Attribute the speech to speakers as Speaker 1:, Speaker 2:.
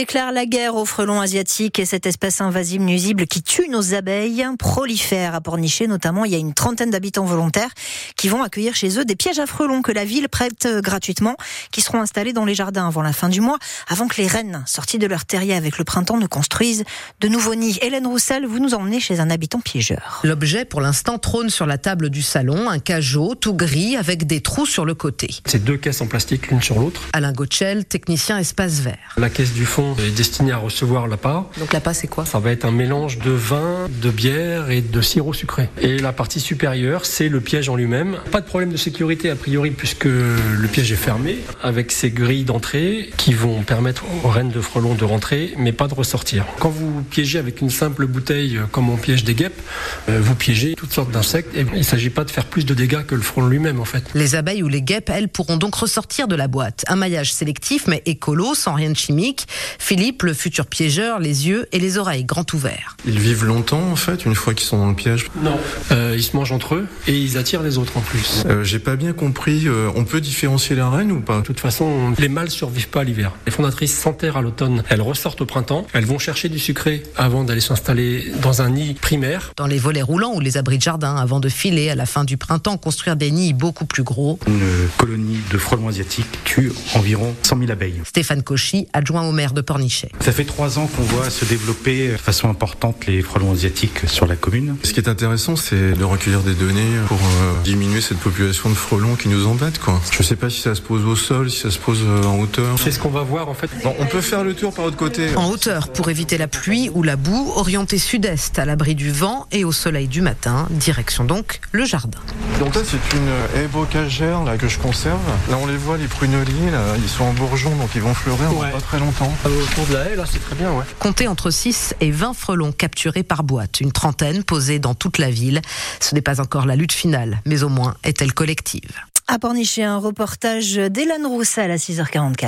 Speaker 1: déclare la guerre aux frelons asiatiques et cette espèce invasive nuisible qui tue nos abeilles prolifère à Pornichet notamment. Il y a une trentaine d'habitants volontaires qui vont accueillir chez eux des pièges à frelons que la ville prête euh, gratuitement, qui seront installés dans les jardins avant la fin du mois, avant que les rennes sorties de leur terrier avec le printemps ne construisent de nouveaux nids. Hélène Roussel, vous nous emmenez chez un habitant piégeur.
Speaker 2: L'objet, pour l'instant, trône sur la table du salon, un cajot tout gris avec des trous sur le côté.
Speaker 3: C'est deux caisses en plastique l'une sur l'autre.
Speaker 2: Alain Gauchel, technicien espace vert.
Speaker 3: La caisse du fond est destinée à recevoir la part.
Speaker 2: Donc la passe, c'est quoi
Speaker 3: Ça va être un mélange de vin, de bière et de sirop sucré. Et la partie supérieure, c'est le piège en lui-même. Pas de problème de sécurité a priori puisque le piège est fermé avec ses grilles d'entrée qui vont permettre aux rennes de frelons de rentrer mais pas de ressortir. Quand vous piégez avec une simple bouteille euh, comme on piège des guêpes, euh, vous piégez toutes sortes d'insectes et il ne s'agit pas de faire plus de dégâts que le frelon lui-même en fait.
Speaker 2: Les abeilles ou les guêpes, elles, pourront donc ressortir de la boîte. Un maillage sélectif mais écolo, sans rien de chimique. Philippe, le futur piégeur, les yeux et les oreilles grands ouverts.
Speaker 4: Ils vivent longtemps en fait, une fois qu'ils sont dans le piège.
Speaker 3: Non. Euh, ils se mangent entre eux et ils attirent les autres en plus.
Speaker 4: Euh, J'ai pas bien compris, euh, on peut différencier la reine ou pas
Speaker 3: De toute façon, les mâles survivent pas à l'hiver. Les fondatrices s'enterrent à l'automne. Elles ressortent au printemps. Elles vont chercher du sucré avant d'aller s'installer dans un nid primaire.
Speaker 2: Dans les volets roulants ou les abris de jardin, avant de filer à la fin du printemps, construire des nids beaucoup plus gros.
Speaker 5: Une colonie de frelons asiatiques tue environ 100 000 abeilles.
Speaker 2: Stéphane Cauchy, adjoint au maire de Pornichet.
Speaker 5: Ça fait trois ans qu'on voit se développer de façon importante les frelons asiatiques sur la commune.
Speaker 4: Ce qui est intéressant, c'est de recueillir des données pour euh, diminuer cette population de frelons qui nous embête. Quoi. Je sais pas si ça se pose au sol, si ça se pose euh, en hauteur.
Speaker 3: C'est ce qu'on va voir en fait.
Speaker 4: Bon, on peut faire le tour par l'autre côté.
Speaker 2: En hauteur, pour éviter la pluie ou la boue, orienté sud-est, à l'abri du vent et au soleil du matin, direction donc le jardin.
Speaker 4: Donc là, c'est une haie bocagère là, que je conserve. Là, on les voit, les pruneliers, là, ils sont en bourgeon, donc ils vont fleurir dans
Speaker 3: Ouais.
Speaker 4: pas très longtemps.
Speaker 3: Autour de la haie, là, c'est très bien, ouais.
Speaker 2: Comptez entre 6 et 20 frelons capturés par boîte, une trentaine posés dans toute la ville. Ce n'est pas encore la lutte finale, mais au moins est-elle collective.
Speaker 1: À Pornichet, un reportage d'Hélène Roussel à 6h44.